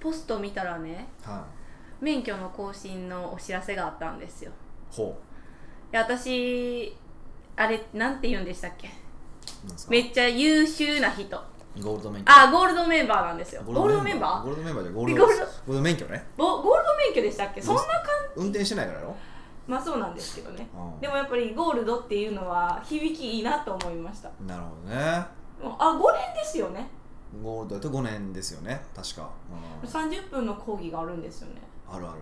ポスト見たらねは免許の更新のお知らせがあったんですよいほで私あれなんて言うんでしたっけうなんですかめっちゃ優秀な人ゴールド免許あゴールドメンバーなんですよゴールドメンバゴーールドメンバーじゃゴールドゴゴールドールド免許ねボゴールド免許でしたっけそんな感運転してないからやろまあそうなんですけどねうんでもやっぱりゴールドっていうのは響きいいなと思いましたなるほどねもうあ5年ですよねゴールドだと5年ですよね確か、うん30分の講義があるんですよねあるある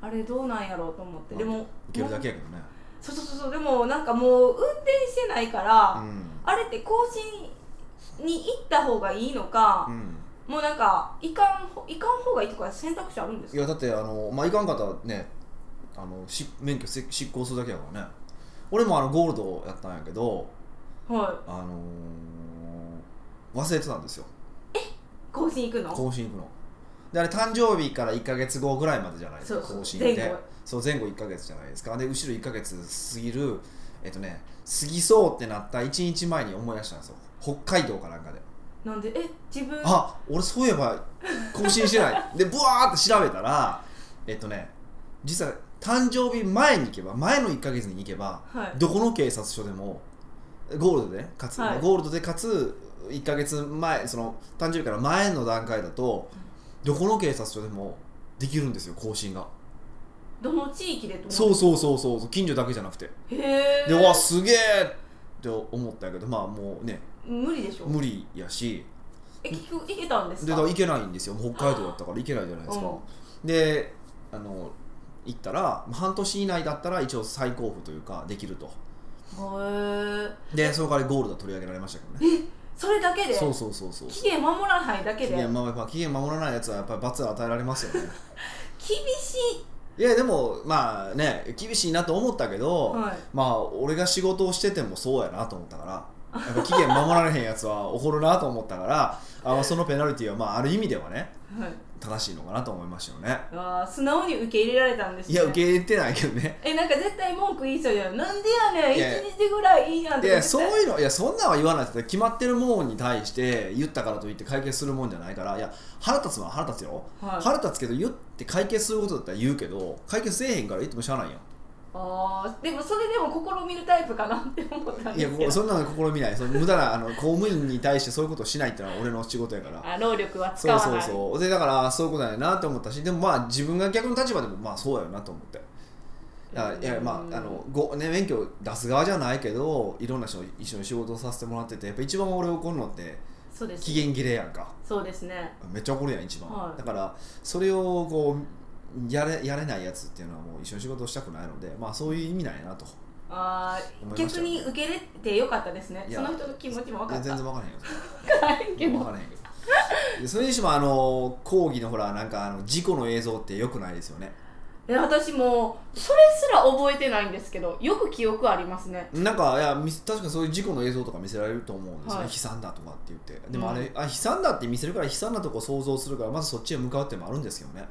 あれどうなんやろうと思ってでも受けるだけやけどねそうそうそうそうでもなんかもう運転してないから、うんあれって更新に行った方がいいのかう、んもうなんか行かんほ行かん方がいいとか選択肢あるんですいかやだってあのまあいかんかったらねあのし免許せ執行するだけやからね俺もあのゴールドやったんやけどはあのー忘れてたんですよい更新行くの更新行くのであれ誕生日から1か月後ぐらいまでじゃないですかそうそう更新って前後そう前後1か月じゃないですかで後ろ1か月過ぎるえっとね過ぎそうってなった1日前に思い出したんですよ北海道かなんかでなんでえ自分あ俺そういえば更新してないでブワーって調べたらえっとね実は誕生日前に行けば前の1か月に行けばはいどこの警察署でもゴールドでねかつ、はいゴールドでかつ1か月前その誕生日から前の段階だとどこの警察署でもできるんですよ更新がどの地域でとそうそうそうそう近所だけじゃなくてうへえでうわすげえって思ったけどまあもうね無理でしょ無理やしえ結局行けたんですでだかから行けないんですよ北海道だったから行けないじゃないですか、であの行ったらまあ半年以内だったら一応再交付というかできるとうん、へえでその代わりゴールドは取り上げられましたけどねそれだけでそうそうそうそう期限守らないだけ期で限まあやっぱ期限守らないやつはやっぱり罰は与えられますよね厳しいやでもまあね厳しいなと思ったけい、ど、はい、まあ俺が仕事をしててもそうやなと思ったからやっぱ期限守られへんやつは怒るなと思ったからあまあそのペナルティはまあある意味ではねはい、正しいのかなと思いましたよねあー素直に受け入れられたんです、いね、や受け入れてないけどねえなんか絶対文句言いそうじゃんなんでやねんいや1日ぐらいいいやんっいてやそうういうのいやそんなんは言わないです決まってるもんに対して言ったからといって解決するもんじゃないからいや腹立つのは腹立つよ、はい腹立つけど言って解決することだったら言うけど解決せえへんから言ってもしゃあないやんあーでもそれでも試みるタイプかなって思ったんいでやすこけうどそんなの試みないその無駄なあの公務員に対してそういうことをしないってのは俺の仕事やからあ労力は使そうわそないうそうでだからそういうことだよなって思ったしでもまあ自分が逆の立場でもまあそうやよなと思ってだからいやまうんああのご、ね、免許出す側じゃないけどいろんな人一緒に仕事をさせてもらっててやっぱ一番俺怒るのってそうです期限切れやんかそうですねめっちゃ怒るやん一番、はいだからそれをこうやれやれないやつっていうのはもう一緒に仕事をしたくないのでまあそういう意味なんやなとあ思ーいました逆に受け入れてよかったですねいやその人の気持ちも分か全った分然分からへん よからへんけ分どからへんけどでそれにしてもあの講義のほらなんかあの事故の映像ってよくないですよねえ私もうそれすら覚えてないんですけどよく記憶ありますねなんかいやみ確かそういう事故の映像とか見せられると思うんですよね、はい悲惨だとかって言ってでもうあんれ、あ悲惨だって見せるから悲惨なとこ想像するからまずそっちへ向かうっていうのもあるんですよね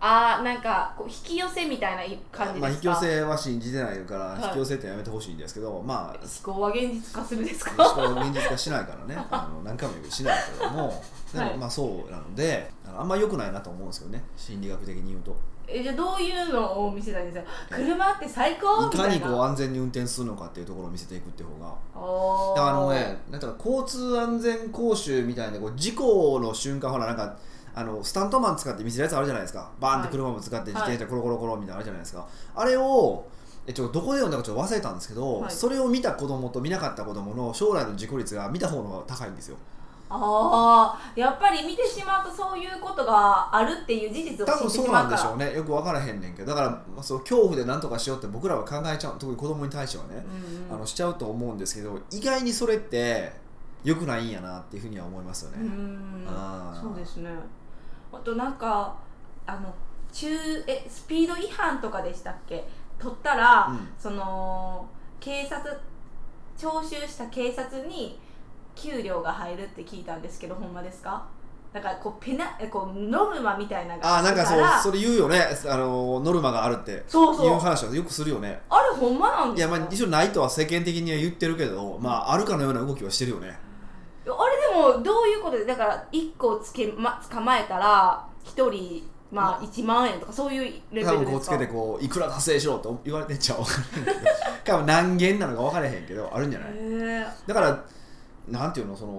あーなんかこう引き寄せみたいない感じまあで引すきか、寄せは信じてないから、はい引き寄せってやめてほしいんですけどまあ思考は現実化するです しかかも現実化しないからねあの何回も言うけどしないけどもでも、はいまあそうなのであのあんま良くないなと思うんですよね心理学的に言うとえじゃあどういうのを見せたいんですか車って最高みいかたにいなこう安全に運転するのかっていうところを見せていくっていう方がおだーからあのねなんていうか交通安全講習みたいなこう事故の瞬間ほらなんかあのスタントマン使って見せるやつあるじゃないですかバーンってはい車も使ってはい自転車コロコロコロみたいなのあるじゃないですか、あれをえちょっとどこで読んだかちょっと忘れたんですけど、はいそれを見た子供と見なかった子供の将来の事故率が見た方の方が高いんですよあーやっぱり見てしまうとそういうことがあるっていう事実を知多って分しそうまなうんからでしょうねよく分からへんねんけどだからまあその恐怖で何とかしようって僕らは考えちゃう特に子供に対してはね、うんうんあのしちゃうと思うんですけど意外にそれって良くないんやなっていうふうには思いますよね、うんあーそうですねあとなんかあの中えスピード違反とかでしたっけ取ったら、うんその警察徴収した警察に給料が入るって聞いたんですけどほんまですかだからこうペナえこうノルマみたいなのがあーなんかそうあるそれ言うよねあのノルマがあるってそうそういう話はよくするよねあれほんまなんいでやすまかあ一応ないとは世間的には言ってるけどまああるかのような動きはしてるよねあれでもどういうことでだから1個つけ、ま、捕まえたら一人まあ1万円とかそういうレベ多ル分でこうすつかけてこういくら達成しろと言われてんちゃう分 からへんけど多分何件なのか分からへんけどあるんじゃないへえだからなんていうのその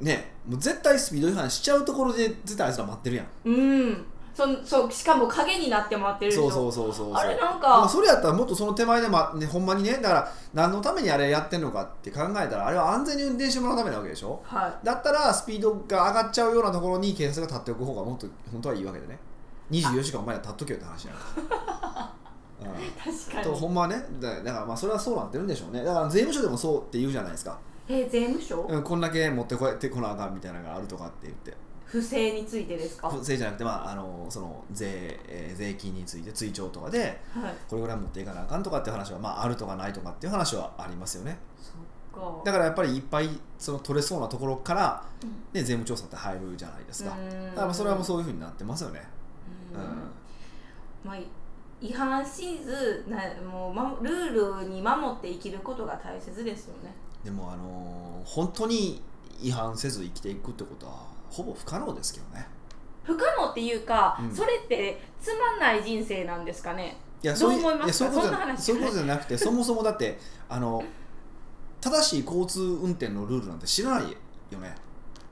ねもう絶対スピード違反しちゃうところで絶対あいつら待ってるやんうんそそうしかも影になって回ってるでしそょうそうそうそうそうあれなんまあかそれやったらもっとその手前で、まね、ほんまにねだから何のためにあれやってんのかって考えたらあれは安全に運転してもらうためなわけでしょはだったらスピードが上がっちゃうようなところに警察が立っておく方がもっと本当はいいわけでね24時間お前ら立っとけよって話やん から、うんい確かとにほんまはねだだからまあそれはそうなってるんでしょうねだから税務署でもそうって言うじゃないですか、え税務署うん、こんだけ持ってこってこなあかんみたいなのがあるとかって言って不正についてですかは税じゃなくてまああのその税、えー税金について追徴とかでいこれぐらい持っていかなあかんとかっていう話は、まあ、あるとかないとかっていう話はありますよねそっだかからやっぱりいっぱいその取れそうなところから、うんね、税務調査って入るじゃないですか、うんだからまあそれはもうそういうふうになってますよね、ううんんまあ違反しずなもう、ま、ルールに守って生きることが大切ですよねでもあのー本当に違反せず生きていくってことはほぼ不可能ですけどね不可能っていうか、うんそれってつまんない人生なんですかねいやどうそうい思いういまやすそうかいうことそんじなゃ話そういうことじゃなく てそもそもだってあの正しい交通運転のルールなんて知らないよね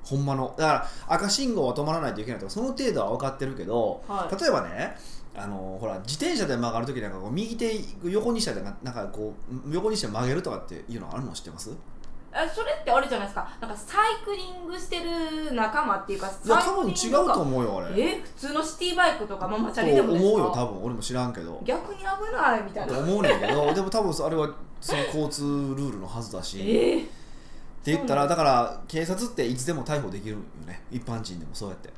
ほんまのだから赤信号は止まらないといけないとかその程度は分かってるけどはい例えばねあのほら自転車で曲がるときなんかこう右手横にしたりなんかなんかこう横にして曲げるとかっていうのあるの知ってますあそれってあれじゃないですかなんかサイクリングしてる仲間っていうかいサやイ多ク分リ違ンうグとか思うよあれえ普通のシティバイクとかママチャリでとも思ですうかよ多分俺も知らんけ ど逆に危ないみたいとな思うねんけどでも多分あれはその交通ルールのはずだし、えー、って言ったらだから警察っていつでも逮捕できるよね一般人でもそうやって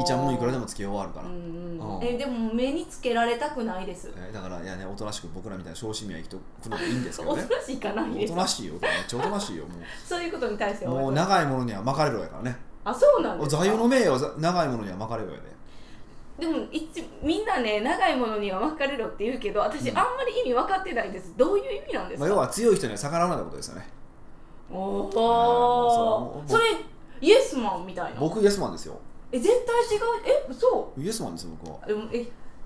いちゃもんいくらでもつけようはあるかうら、んうんうんえでも目につけられたくないですえだからいやねおとなしく僕らみたいな小市民は生きておくのがいいんですけおどとねなしいかないおですとなしいよこれめっちゃおとなしいよもそういうことに対してうはもう長いものには巻かれろやからねあそうなんですか座右の銘はざ長いものには巻かれろやででも一みんなね長いものには分かれろって言うけど私、あんまり意味分かってないですどういう意味なんですまあ、か、要は強い人には逆らわないってことですよねおあーもおうそそれイエスマンみたいな僕イエスマンですよえ絶対違うえ嘘イエスマンですよ僕はでもえ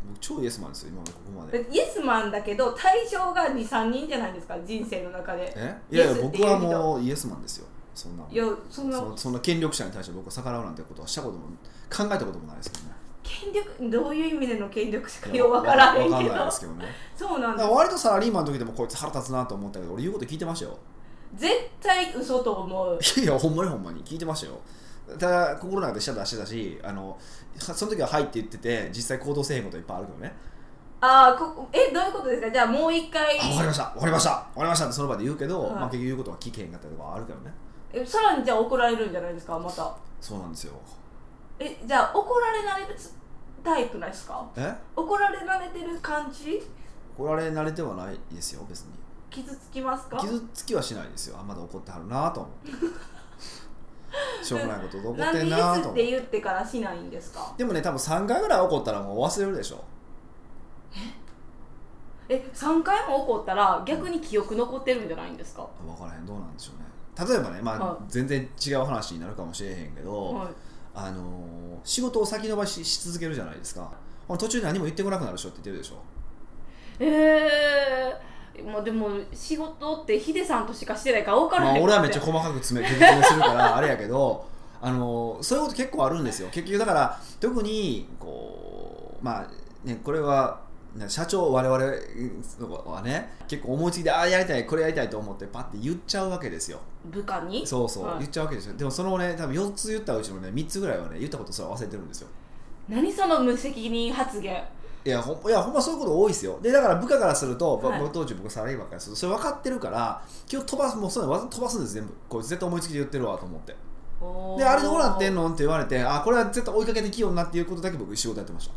僕超イエスマンですよ今までここまでイエスマンだけど対象が23人じゃないですか人生の中でえいやいイエスやって僕はもうイエスマンですよそんなもんいやそんなそそんな権力者に対して僕は逆らうなんてことはしたことも考えたこともないですけどね権力どういう意味での権力しかいやよう分からへんわけかんなどいですけどねそうなだんかだら割とサラリーマンの時でもこいつ腹立つなと思ったけど俺言うこと聞いてましたよ絶対嘘と思ういやいやほんまにほんまに聞いてましたよただ心の中で舌出してたしあのその時は「はい」って言ってて実際行動せえへんこといっぱいあるけどねああこえどういうことですかじゃあもう一「回あわかりましたわかりましたわかりました」ってその場で言うけど、はいまあ、結局言うことは聞けへんかったりとかあるけどねえさらにじゃあ怒られるんじゃないですかまたそうなんですよえじゃあ怒られ慣れつタイプなんですかえ怒られ慣れてる感じ怒られ慣れてはないですよ別に傷つきますか傷つきはしないですよあまだ怒ってはるなと思っ てしょうもないことで怒なっんてでんイエなとス思っってて言ってからしないんですかでもね多分3回ぐらい怒ったらもう忘れるでしょえ3回も怒ったら逆に記憶残ってるんじゃないんですか分からへんどうなんでしょうね例えばね、まあはい全然違う話になるかもしれへんけど、はいあのー仕事を先延ばしし続けるじゃないですかあの途中で何も言ってこなくなるでしょって言ってるでしょえー、まあでも仕事ってヒデさんとしかしてないから分からまへあ、ん俺はめっちゃ細かく詰め切り詰めするからあれやけど、 あのそういうこと結構あるんですよ結局だから特にこうまあねこれはね社長我々はね結構思いつきでああやりたいこれやりたいと思ってパッて言っちゃうわけですよ部下にそうそう、はい言っちゃうわけですよでもそのね多分4つ言ったうちのね3つぐらいはね言ったことすら忘れてるんですよ何その無責任発言いやほんいやほんまそういうこと多いですよでだから部下からすると、はい僕当時僕サラリーマンからするとそれ分かってるから今日飛ばすもうそういうのわざと飛ばすんです全部これ絶対思いつきで言ってるわと思っておーであれどうなってんのって言われてあこれは絶対追いかけてきようなっていうことだけ僕仕事やってました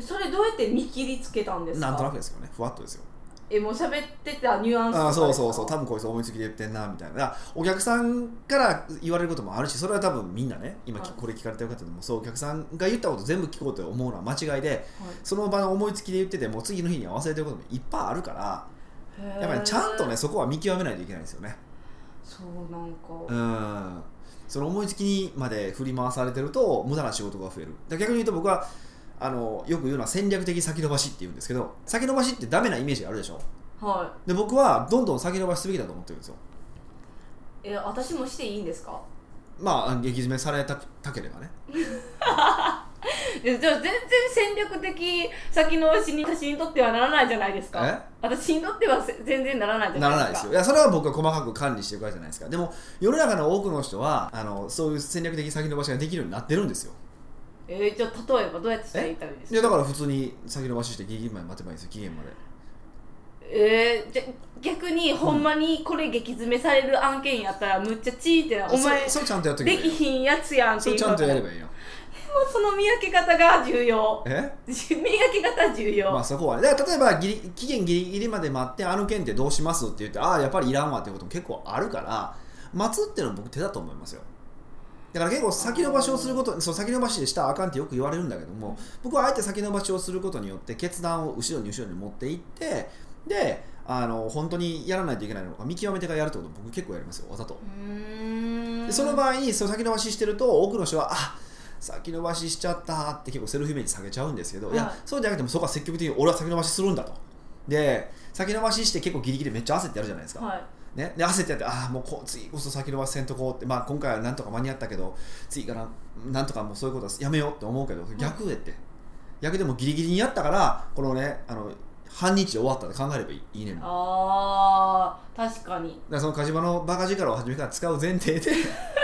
それどうやって見切りつけたんですかなんとなくですけどねふわっとですよえもう喋ってたニュアンスとかあそうそうですそかう多分こいつ思いつきで言ってんなみたいなだからお客さんから言われることもあるしそれは多分みんなね今はいこれ聞かれてる方でもそうお客さんが言ったこと全部聞こうと思うのは間違いではいその場の思いつきで言っててもう次の日には忘れてることもいっぱいあるからやっぱりちゃんとねそこは見極めないといけないですよねそうなんか、うんその思いつきにまで振り回されてると無駄な仕事が増えるだから逆に言うと僕はあのよく言うのは戦略的先延ばしって言うんですけど先延ばしってダメなイメージがあるでしょはで僕はどんどん先延ばしすべきだと思ってるんですよいえ私もしていいんですかまあ激詰めされたたければねいやじゃあ全然戦略的先の私に私にとってはならないじゃないですか私にとってはせ全然ならないじゃなないらですかないですよいやそれは僕は細かく管理してるからじゃないですかでも世の中の多くの人はあのそういう戦略的先延ばしができるようになってるんですよえー、じゃあ例えばどうやってしたらいいためですいかやだから普通に先延ばししてギリギリまで待てばいいんですよ期限までえー、じゃ逆にほんまにこれ激詰めされる案件やったらむっちゃチーってなお前そそれちゃんとやっとけばでいいきよひんやつやんっそていれうちゃんとやればいいいよその見分け方が重要 え見分け方重要、まあそこはねだから例えばギリ期限ギリギリまで待ってあの件ってどうしますって言ってああやっぱりいらんわってことも結構あるから待つっていうのは僕手だと思いますよだから結構先延ばしをすることそう先延ばしでしたらあかんってよく言われるんだけども僕はあえて先延ばしをすることによって決断を後ろに後ろに持っていってであの本当にやらないといけないのか見極めてからやるってこと僕結構やりますよわざとうーんでその場合にその先延ばししてると多くの人はあ先延ばししちゃったって結構セルフイメージ下げちゃうんですけど、い、はやいそうじゃなくてもそこは積極的に俺は先延ばしするんだとで先延ばしして結構ギリギリめっちゃ焦ってやるじゃないですか、はいね、で焦ってやってああもうこう次こそ先延ばしせんとこうって、まあ、今回はなんとか間に合ったけど次からなんとかもうそういうことはやめようって思うけど逆へって、逆でもギリギリにやったからこのねあの半日で終わったって考えればいいねんだかあー確かにらその火事場のバカ力を初めから使う前提で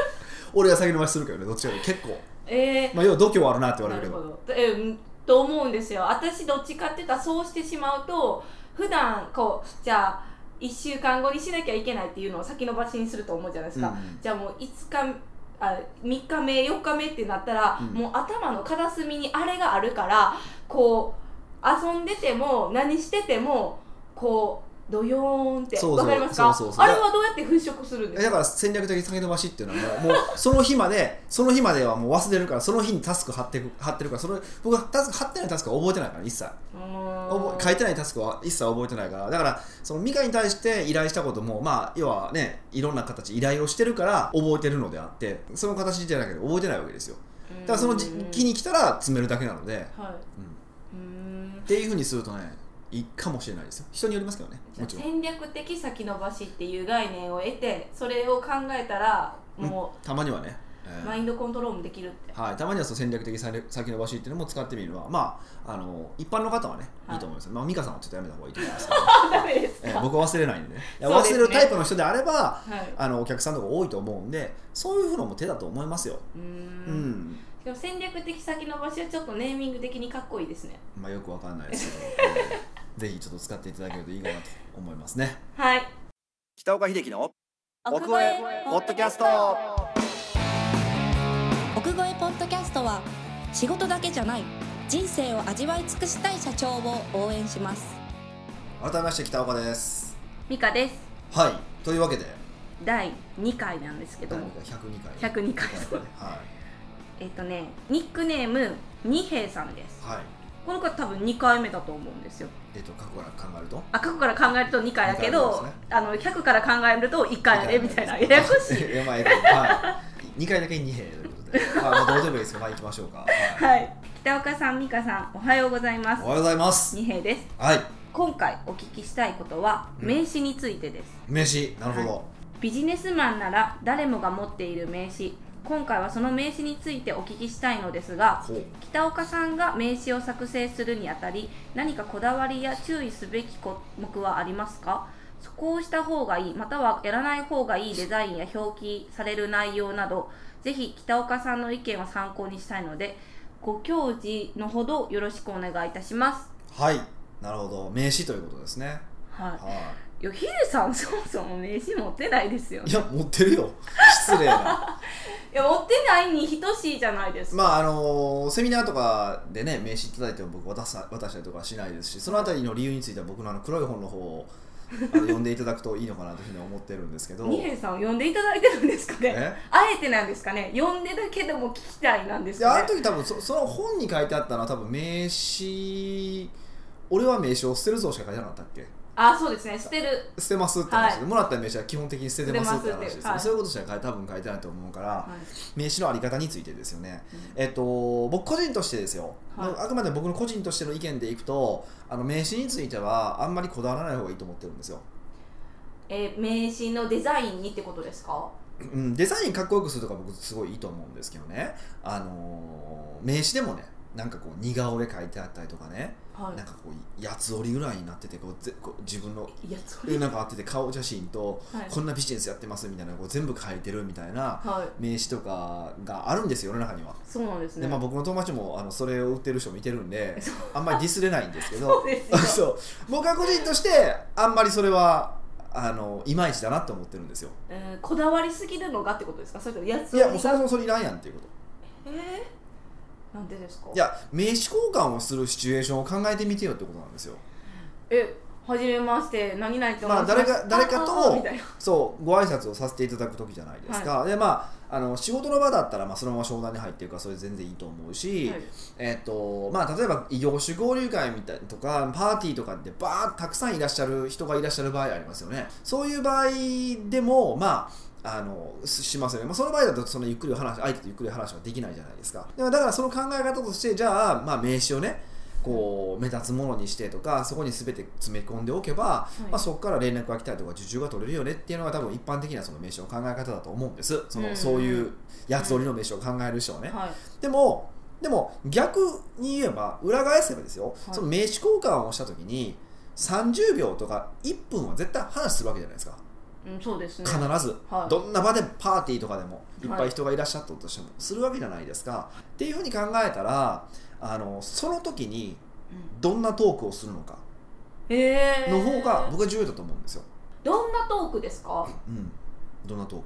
俺は先延ばしするけどねどっちかより結構。えーまあ、要は度胸はあるなって言わなれるるけほどどえうんと思うんですよ私どっちかって言ったらそうしてしまうと普段こうじゃあ1週間後にしなきゃいけないっていうのを先延ばしにすると思うじゃないですか、うんうんじゃあもう5日あ3日目4日目ってなったら、うんもう頭の片隅にあれがあるからこう遊んでても何しててもこうドヨーンってそうそわうかりますかそうそうそうあれはどうやって払拭するんでえすだかから戦略的先延ばしっていうのはもうもうその日までその日まではもう忘れるからその日にタスク貼ってく貼ってるからそれ僕はタスク貼ってないタスクは覚えてないから一切うーん覚え書いてないタスクは一切覚えてないからだからそのミカに対して依頼したこともまあ要はねいろんな形依頼をしてるから覚えてるのであってその形じゃなくて覚えてないわけですよだからその時うーん期に来たら詰めるだけなので、はいうん、っうーんていうふうにするとねいいかもしれないですよ人によりますけどねもちろん戦略的先延ばしっていう概念を得てそれを考えたらもたまにはね、えうーマインドコントロールもできるっ て、はい、たまにはその戦略的先延ばしっていうのも使ってみるのは、まあ、あの一般の方はね、はいい、いと思います、まあ、美香さんはちょっとやめた方がいいと思 いますけど、ダメですか、えー僕は忘れないんでねいやそうで忘すれねるタイプの人であればはい、あのお客さんとか多いと思うんでそういうふうのも手だと思いますよ、うーんうんでも戦略的先延ばしはちょっとネーミング的にかっこいいですねまあ、よくわかんないで すけど、えーぜひちょっと使っていただけるといいかなと思いますねはい北岡秀樹の奥越えポッドキャスト奥越えポッドキャストは仕事だけじゃない人生を味わい尽くしたい社長を応援します改めまして北岡ですミカですはいというわけで第2回なんですけど第も102回102回はえっとねニックネーム二平さんですい、はい、この方多分2回目だと思うんですよえっ、と過去から考えるとあ過去から考えると2回だけど、二回ですねあの100から考えると1回やでみたいなややこしいや ばいやばいはい2回だけ2兵と いうことで、まあ、まあどうでもいいですけどまあ行きましょうか、 はいはい北岡さん美香さんおはようございますおはようございます二平ですはい今回お聞きしたいことはうん名刺についてです、名刺なるほど、ビジネスマンなら誰もが持っている名刺今回はその名刺についてお聞きしたいのですがほう北岡さんが名刺を作成するにあたり何かこだわりや注意すべき項目はありますかそこをした方がいいまたはやらない方がいいデザインや表記される内容などぜひ北岡さんの意見を参考にしたいのでご教示のほどよろしくお願いいたしますはいなるほど名刺ということですねはいはいやヒデさんそもそも名刺持ってないですよいいねや持ってるよ失礼ない や持ってないに等しいじゃないですか、まああのセミナーとかでね名刺いただいても僕渡さ渡したりとかはしないですしそのあたりの理由については僕のあの黒い本の方をあの読んでいただくといいのかなというふうに思ってるんですけど 二平さんを呼んでいただいてるんですかねえあえてなんですかね呼んでるけども聞きたいなんですであかのね時多分そその本に書いてあったのは多分名刺俺は名刺を捨てるぞしか書いてなかったっけああそうですね捨てる捨てますって話で、はいもらった名刺は基本的に捨ててますって話です捨てますっていようね、はいそういうことしか多分書いてないと思うから、はい名刺のあり方についてですよね、うんえっと僕個人としてですよ、はいあくまで僕の個人としての意見でいくとあの名刺についてはあんまりこだわらない方がいいと思ってるんですよ、えー名刺のデザインにってことですかうん、デザインかっこよくするとか僕すごいいいと思うんですけどねあのー名刺でもねなんかこう似顔絵描いてあったりとかね、はなんかこう八つ折りぐらいになっててこうぜこう自分のいいやそれなんかあってて顔写真とはいこんなビジネスやってますみたいなこう全部書いてるみたいなはい名刺とかがあるんですよ世の中には。そうなんですねでまあ、僕の友達もあのそれを売ってる人もいてるんでそうあんまりディスれないんですけそどうですよ そう僕は個人としてあんまりそれはあのいまいちだなと思ってるんですようんこだわりすぎるのがってことですかそれともやついやもうそもそもそれいらんやんっていうことえー、なんでですかいや名刺交換をするシチュエーションを考えてみてよってことなんですよえはじめまして何々とまあ誰か誰かあーみとたいなそうご挨拶をさせていただく時じゃないですか、でまああの仕事の場だったら、まあ、そのまま商談に入ってるからそれ全然いいと思うし、はいえっとまあ、例えば異業種交流会みたいとかパーティーとかってバーッたくさんいらっしゃる人がいらっしゃる場合ありますよねそういう場合でもまああのすしますよね、まあ、その場合だとそのゆっくり話相手とゆっくり話はできないじゃないですかでもだからその考え方としてじゃあ、まあ、名刺をねこう目立つものにしてとかそこに全て詰め込んでおけば、いまあ、そこから連絡が来たりとか受注が取れるよねっていうのが多分一般的なその名刺の考え方だと思うんですその、うんそういうやつ折りの名刺を考える人はね、はいでもでも逆に言えば裏返せばですよ、はいその名刺交換をした時に30秒とか1分は絶対話するわけじゃないですかうん、そうですね必ず、はいどんな場でパーティーとかでもいっぱはいい人がいらっしゃったとしてもするわけじゃないですか、っていうふうに考えたらあのその時にうんどんなトークをするのかえー、の方が僕は重要だと思うんですよ、どんなトークですかうん、どんなトーク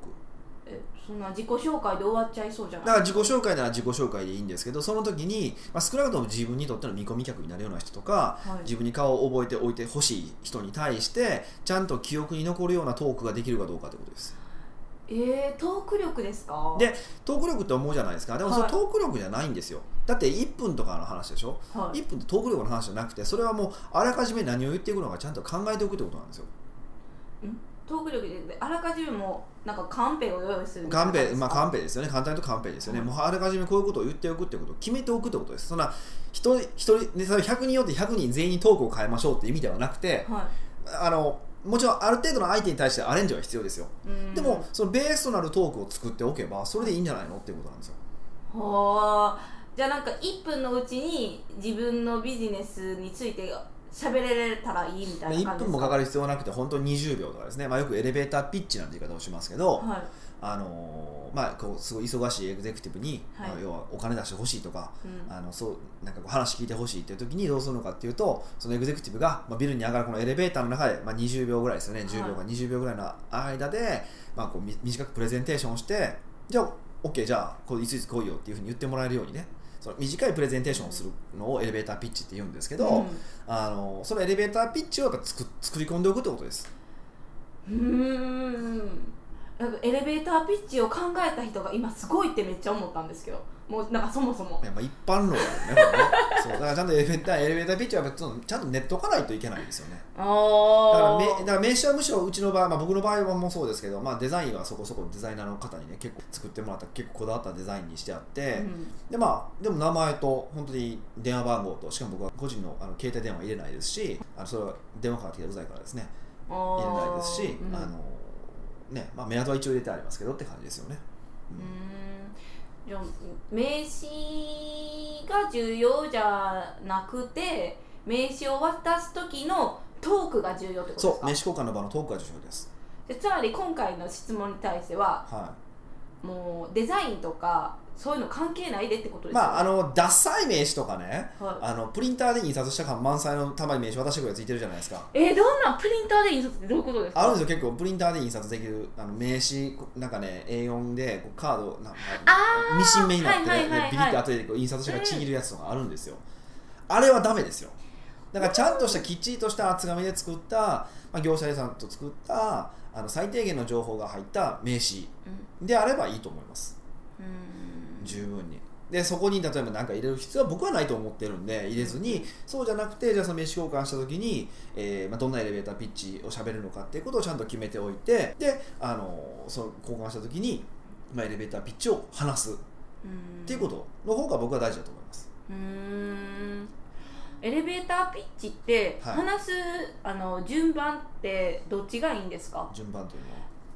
えそんな自己紹介で終わっちゃいそうじゃだかないら自己紹介なら自己紹介でいいんですけどその時に、まあ、少なくとも自分にとっての見込み客になるような人とか、はい自分に顔を覚えておいてほしい人に対してちゃんと記憶に残るようなトークができるかどうかってことですえー、トーク力ですかでトーク力って思うじゃないですかでもそれはいトーク力じゃないんですよ、だって1分とかの話でしょはい、 1分ってトーク力の話じゃなくてそれはもうあらかじめ何を言っていくのかちゃんと考えておくってことなんですよトーク力であらかじめもうなんかカンペを用意するみたいカなンペ、まあ、カンンペですよね、簡単に言うとカンペですよね、はいもうあらかじめこういうことを言っておくってことを決めておくってことです、そんな一人、一人、ね、それ100人よって100人全員にトークを変えましょうっていう意味ではなくて、はあのもちろんある程度の相手に対してアレンジは必要ですよ、い、うんでも、そのベースとなるトークを作っておけば、それでいいんじゃないのっていうことなんですよ。はあじゃあなんか1分のうちに自分のビジネスについて喋れれたらいいみたいな1感じですか分もかかるる必要はなくて、本当に20秒とかですね、まあ、よくエレベーターピッチなんて言い方をしますけど、はあのーまあ、こうすごい忙しいエグゼクティブに、はいあの要はお金出してほしいとか、い、うんあのそうなんかこう話聞いてほしいっていう時にどうするのかっていうとそのエグゼクティブが、まあ、ビルに上がるこのエレベーターの中で、まあ、20秒ぐらいですよね10秒かは20秒ぐらいの間で、まあ、こうみ短くプレゼンテーションをしてじゃあ OK じゃあこういついつ来いよっていうふうに言ってもらえるようにねその短いプレゼンテーションをするのをエレベーターピッチって言うんですけど、あのそのエレベーターピッチをやっぱ作作り込んでおくってことですうんうんなんかエレベーターピッチを考えた人が今すごいってめっちゃ思ったんですけどもうなんかそもそもいやまあ一般論だよねこれねそうだからちゃんとエレベーターエレベーターピッチはやっぱちょっとちゃんと練っとかないといけないんですよねあだからあめだから名刺はむしろうちの場合、まあ、僕の場合はもうそうですけど、まあ、デザインはそこそこデザイナーの方にね結構作ってもらった結構こだわったデザインにしてあって、でまあでも名前と本当に電話番号としかも僕は個人のあの携帯電話入れないですしあのそれは電話から来てうざいからですね入れないですしあ、のねまあ、目当ては一応入れてありますけどって感じですよね、ううんんじゃあ名刺が重要じゃなくて名刺を渡す時のトークが重要ってことそうです名か刺交換の場のトークは重要です、でつまり今回の質問に対してははもうデザインとかそういうの関係ないでってことい、ですよねまああのダサい名刺とかねはいあのプリンターで印刷した感満載のたまに名刺渡してくれついてるじゃないですかえーどんなプリンターで印刷ってどういうことですかあるんですよ結構プリンターで印刷できるあの名刺こなんかね A4 でこうカードなんかあーミシン目になってね、はいはいはいはいでビリッて後でこう印刷してからちぎるやつとかあるんですよ、あれはダメですよだからちゃんとしたきっちりとした厚紙で作った、まあ、業者さんと作ったあの最低限の情報が入った名刺うんであればいいと思いますうん十分にでそこに例えば何か入れる必要は僕はないと思ってるんで入れずにそうじゃなくてじゃあその名刺交換した時に、えーまあ、どんなエレベーターピッチを喋るのかっていうことをちゃんと決めておいてであのその交換した時に、まあ、エレベーターピッチを話すっていうことの方が僕は大事だと思います。うーんエレベーターピッチってはい話す、あの順番ってどっちがいいんですか順番という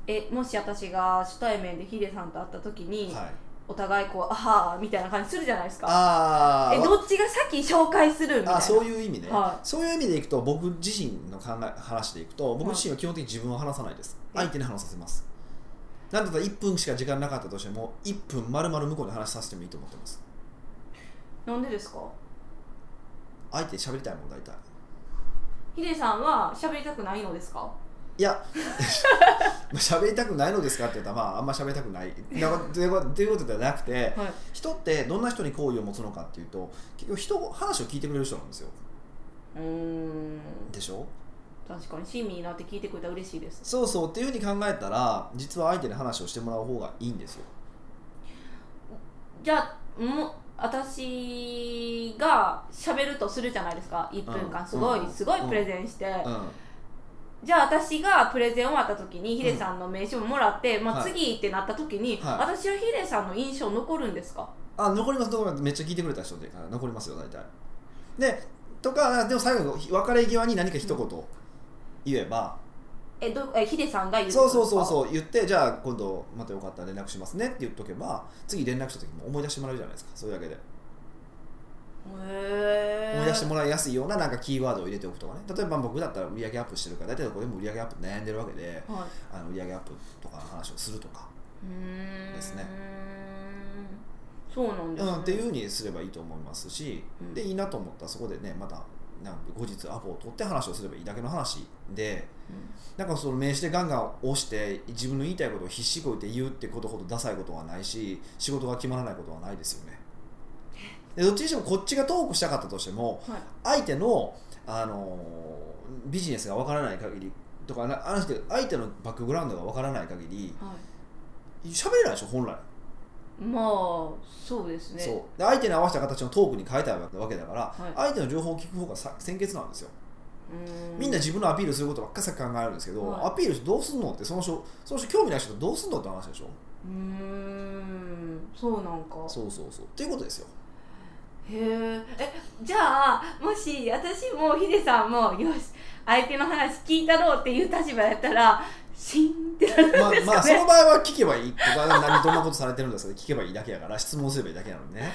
えもし私が初対面でヒデさんと会った時に、のは、はい、お互いこう「あはーみたいな感じするじゃないですかあーえどっちが先紹介するみたいなあそういう意味ね、はそういう意味でいくと僕自身の考え話でいくと僕はい自身は基本的に自分は話さないです、はい相手に話させますなんだったら1分しか時間なかったとしても1分丸々向こうに話させてもいいと思ってますなんでですか相手喋りたいもん大体ヒデさんは喋りたくないのですか いや喋りたくないのですかって言ったら、まあ、あんま喋りたくないなということということではなくてはい人ってどんな人に好意を持つのかっていうと結局人を話を聞いてくれる人なんですようーんでしょ確かに親身になって聞いてくれたら嬉しいですそうそうっていうふうに考えたら実は相手に話をしてもらう方がいいんですよじゃあも私が喋るとするじゃないですか1分う間んすごい、うんすごいプレゼンして、うんじゃあ私がプレゼン終わった時にヒデさんの名刺ももらって、まあ、はい次ってなった時に、はい私はヒデさんの印象残るんですか、あ残ります残りますめっちゃ聞いてくれた人であ残りますよ大体でとかでも最後別れ際に何か一言言えば、えどえヒデさんが言ってそうそうそううそう言ってじゃあ今度またよかったら連絡しますねって言っとけば次連絡した時も思い出してもらうじゃないですかそれだけで、へえ思い出してもらいやすいようななんかキーワードを入れておくとかね例えば僕だったら売り上げアップしてるから大体どこでも売り上げアップ悩んでるわけではあの売り上げアップとかの話をするとか、い、うーんですねそうなんでうす、ねん、っていうふうにすればいいと思いますし、でいいなと思ったらそこでねまたなんか後日アポを取って話をすればいいだけの話で。なんかその名刺でガンガン押して自分の言いたいことを必死こいて言うってことほどダサいことはないし仕事が決まらないことはないですよねでどっちにしてもこっちがトークしたかったとしてもうんはい相手の、あのービジネスがわからない限りとかなあの人相手のバックグラウンドがわからない限りは喋れないでしょ本来、い、まあそうですねそうで相手に合わせた形のトークに変えたいわけだから、い相手の情報を聞く方がさ先決なんですようーみんな自分のアピールすることばっかり考えるんですけど、はいアピールしてどうすんのってその人その人興味ない人どうすんのって話でしょうーんそうなんかそうそうそうっていうことです よへーえじゃあもし私もヒデさんもよし相手の話聞いたろうっていう立場やったらシーンってなるんですまかね、あまあその場合は聞けばいいとか何どんなことされてるんですか聞けばいいだけやから質問すればいいだけなのでね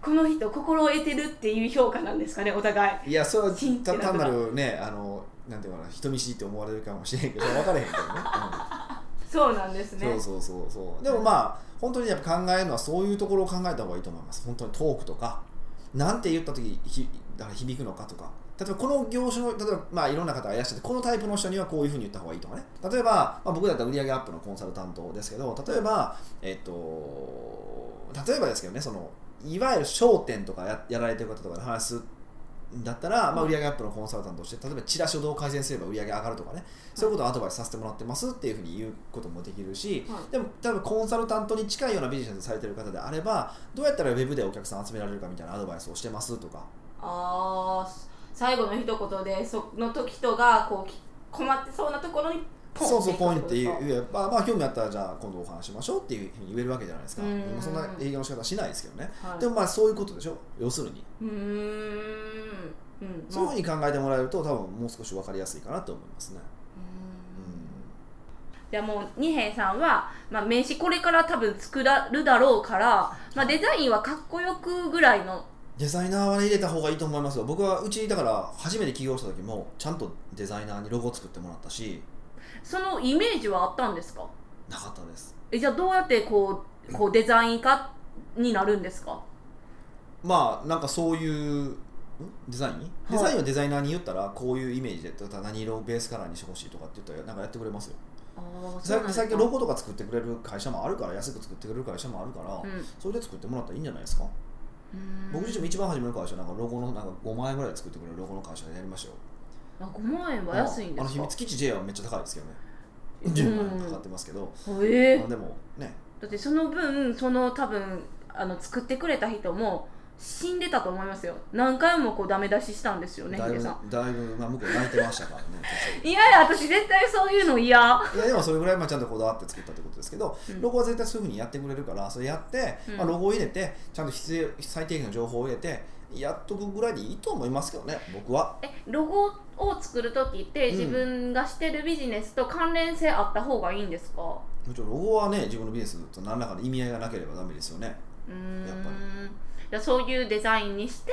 この人心を得てるっていう評価なんですかねお互いいやそれは信じてたなくなる単なるねあのなんていうかな人見知りって思われるかもしれんけど分からへんけどそうなんです ねね、うん、そうそうそうそうでもまあ本当にやっぱ考えるのはそういうところを考えた方がいいと思います本当にトークとかなんて言った時ひだから響くのかとか例えばこの業種の例えばまあいろんな方がいらっしゃってこのタイプの人にはこういうふうに言った方がいいとかね例えば、まあ、僕だったら売上アップのコンサル担当ですけど例えばえっと例えばですけどねそのいわゆる商店とかややられてる方とかで話すんだったら、まあ、売上アップのコンサルタントとして例えばチラシをどう改善すれば売上上がるとかねそういうことをアドバイスさせてもらってますっていうふうに言うこともできるし、はいでも例えばコンサルタントに近いようなビジネスをされてる方であればどうやったらウェブでお客さん集められるかみたいなアドバイスをしてますとかあー最後の一言でその時人がこうき困ってそうなところにポンそうそうポインってい言くってことえば、まあ、興味あったらじゃあ今度お話ししましょうっていうふうに言えるわけじゃないですかうんもうそんな営業の仕方しないですけどね、ですかはいでもまあそういうことでしょ要するにうーんうんそういうまふあうに考えてもらえると多分もう少し分かりやすいかなと思いますね、ううーんんじゃあもう二平さんは、まあ、名刺これから多分作らるだろうから、まあ、デザインはかっこよくぐらいのデザイナーはね入れた方がいいと思いますよ僕はうちだから初めて起業した時もちゃんとデザイナーにロゴ作ってもらったしそのイメージはあったんですかなかったですえじゃあどうやってこうこうデザイン化になるんですかまあなんかそういうんデザイン、いデザインをデザイナーに言ったらこういうイメージでただ何色をベースカラーにしてほしいとかって言ったらなんかやってくれますよああ最近最近ロゴゴとか作ってくれる会社もあるから安く作ってくれる会社もあるから、うんそれで作ってもらったらいいんじゃないですか、僕自身も一番初めの会社なんかロゴのなんか5万円ぐらいで作ってくれるロゴの会社でやりましたよあ5万円は安いんであのす秘か密基地 J はめっちゃ高いですけどねうん10万円かかってますけど、えまあでもねだってその分その多分あの作ってくれた人も死んでたと思いますよ何回もこうダメ出ししたんですよねだヒいデぶさだいぶ、まあ、向こう泣いてましたからねんいやいや私絶対そういうの嫌いやでもそれぐらいまあちゃんとこだわって作ったってことですけど、うんロゴは絶対そういうふうにやってくれるからそれやって、うんまあ、ロゴを入れてちゃんと必要最低限の情報を入れてやっとくぐらいでいいと思いますけどね僕はえロゴを作る時ってうん自分がしてるビジネスと関連性あった方がいいんですかもちろんロゴはね自分のビジネスと何らかの意味合いがなければダメですよねうーんやっぱりじゃあそういうデザインにして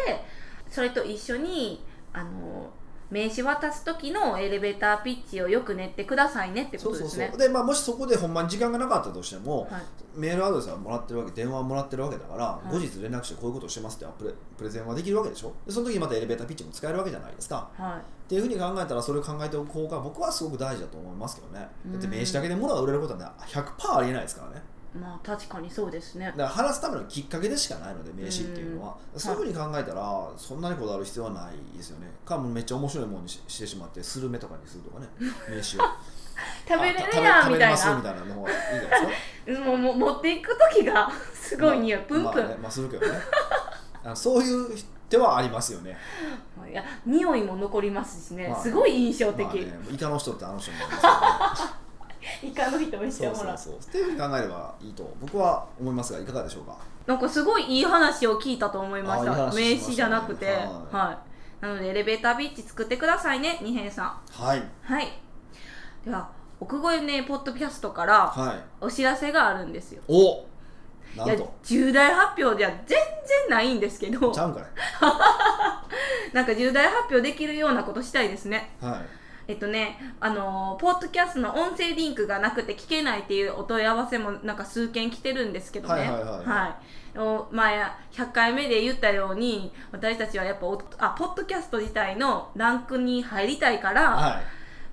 それと一緒にあの名刺渡す時のエレベーターピッチをよく練ってくださいねってこそうとそでうすそねうで、まあ、もしそこでほんまに時間がなかったとしても、はいメールアドレスはもらってるわけ電話はもらってるわけだから、い後日連絡してこういうことをしてますってプレプレゼンはできるわけでしょでその時またエレベーターピッチも使えるわけじゃないですかはいっていうふうに考えたらそれを考えておく方が僕はすごく大事だと思いますけどねだって名刺だけで物が売れることはね100%ありえないですからねまあ確かにそうですねだから話すためのきっかけでしかないので名刺っていうのはそういうふうに考えたらそんなにこだわる必要はないですよねかもうめっちゃ面白いものにししてしまってスルメとかにするとかね名刺を 食べれるあやたん食みべれたいますみなたいなの方がいいじゃないですかもうもう持っていく時が すごい匂いプンまあプまあねまあするけどねあそういう手はありま すよね,、ンいや匂いも残りますしねまあねすごい印象まあ、的ねイカの人ってあの人もい まイカの人見すしけてど、ね、そもうらそううそうっていうふうに考えればいいと僕は思いますがいかがでしょうかなんかすごいいい話を聞いたと思いましたあいい話しましたね名刺じゃなくてはいはいなのでエレベータービッチ作ってくださいね二平さんはいはい。では、奥越えね、ポッドキャストからはいお知らせがあるんですよ。おいなやんと、重大発表では全然ないんですけどち、ゃうんかねなんか重大発表できるようなことしたいですね。はいえっとね、あのーポッドキャストの音声リンクがなくて聞けないっていうお問い合わせもなんか数件来てるんですけどね。はいはいはいいお前、100回目で言ったように、私たちはやっぱおあ、ポッドキャスト自体のランクに入りたいから、はい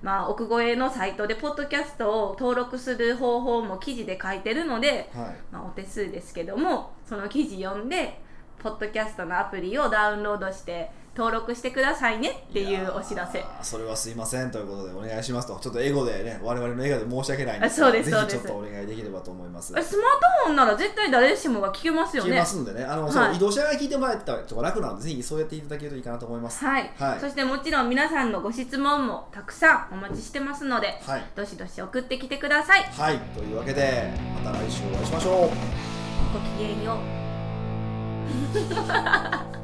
まあ、奥越えのサイトでポッドキャストを登録する方法も記事で書いてるので、はいまあ、お手数ですけどもその記事読んでポッドキャストのアプリをダウンロードして登録してくださいねっていうお知らせやーそれはすいませんということでお願いしますとちょっとエゴでね我々のエゴで申し訳ないんですあそうですぜひそうでちすょっとお願いできればと思いますえスマートフォンなら絶対誰しもが聞けますよ聞ねきますんでねあの、はそうい移動しながら聞いてもらえたらちょっと楽なのでぜひそうやっていただけるといいかなと思いますはい、はいそしてもちろん皆さんのご質問もたくさんお待ちしてますので、はいどしどし送ってきてくださいはい、というわけで、また来週お会いしましょう。ごきげんよう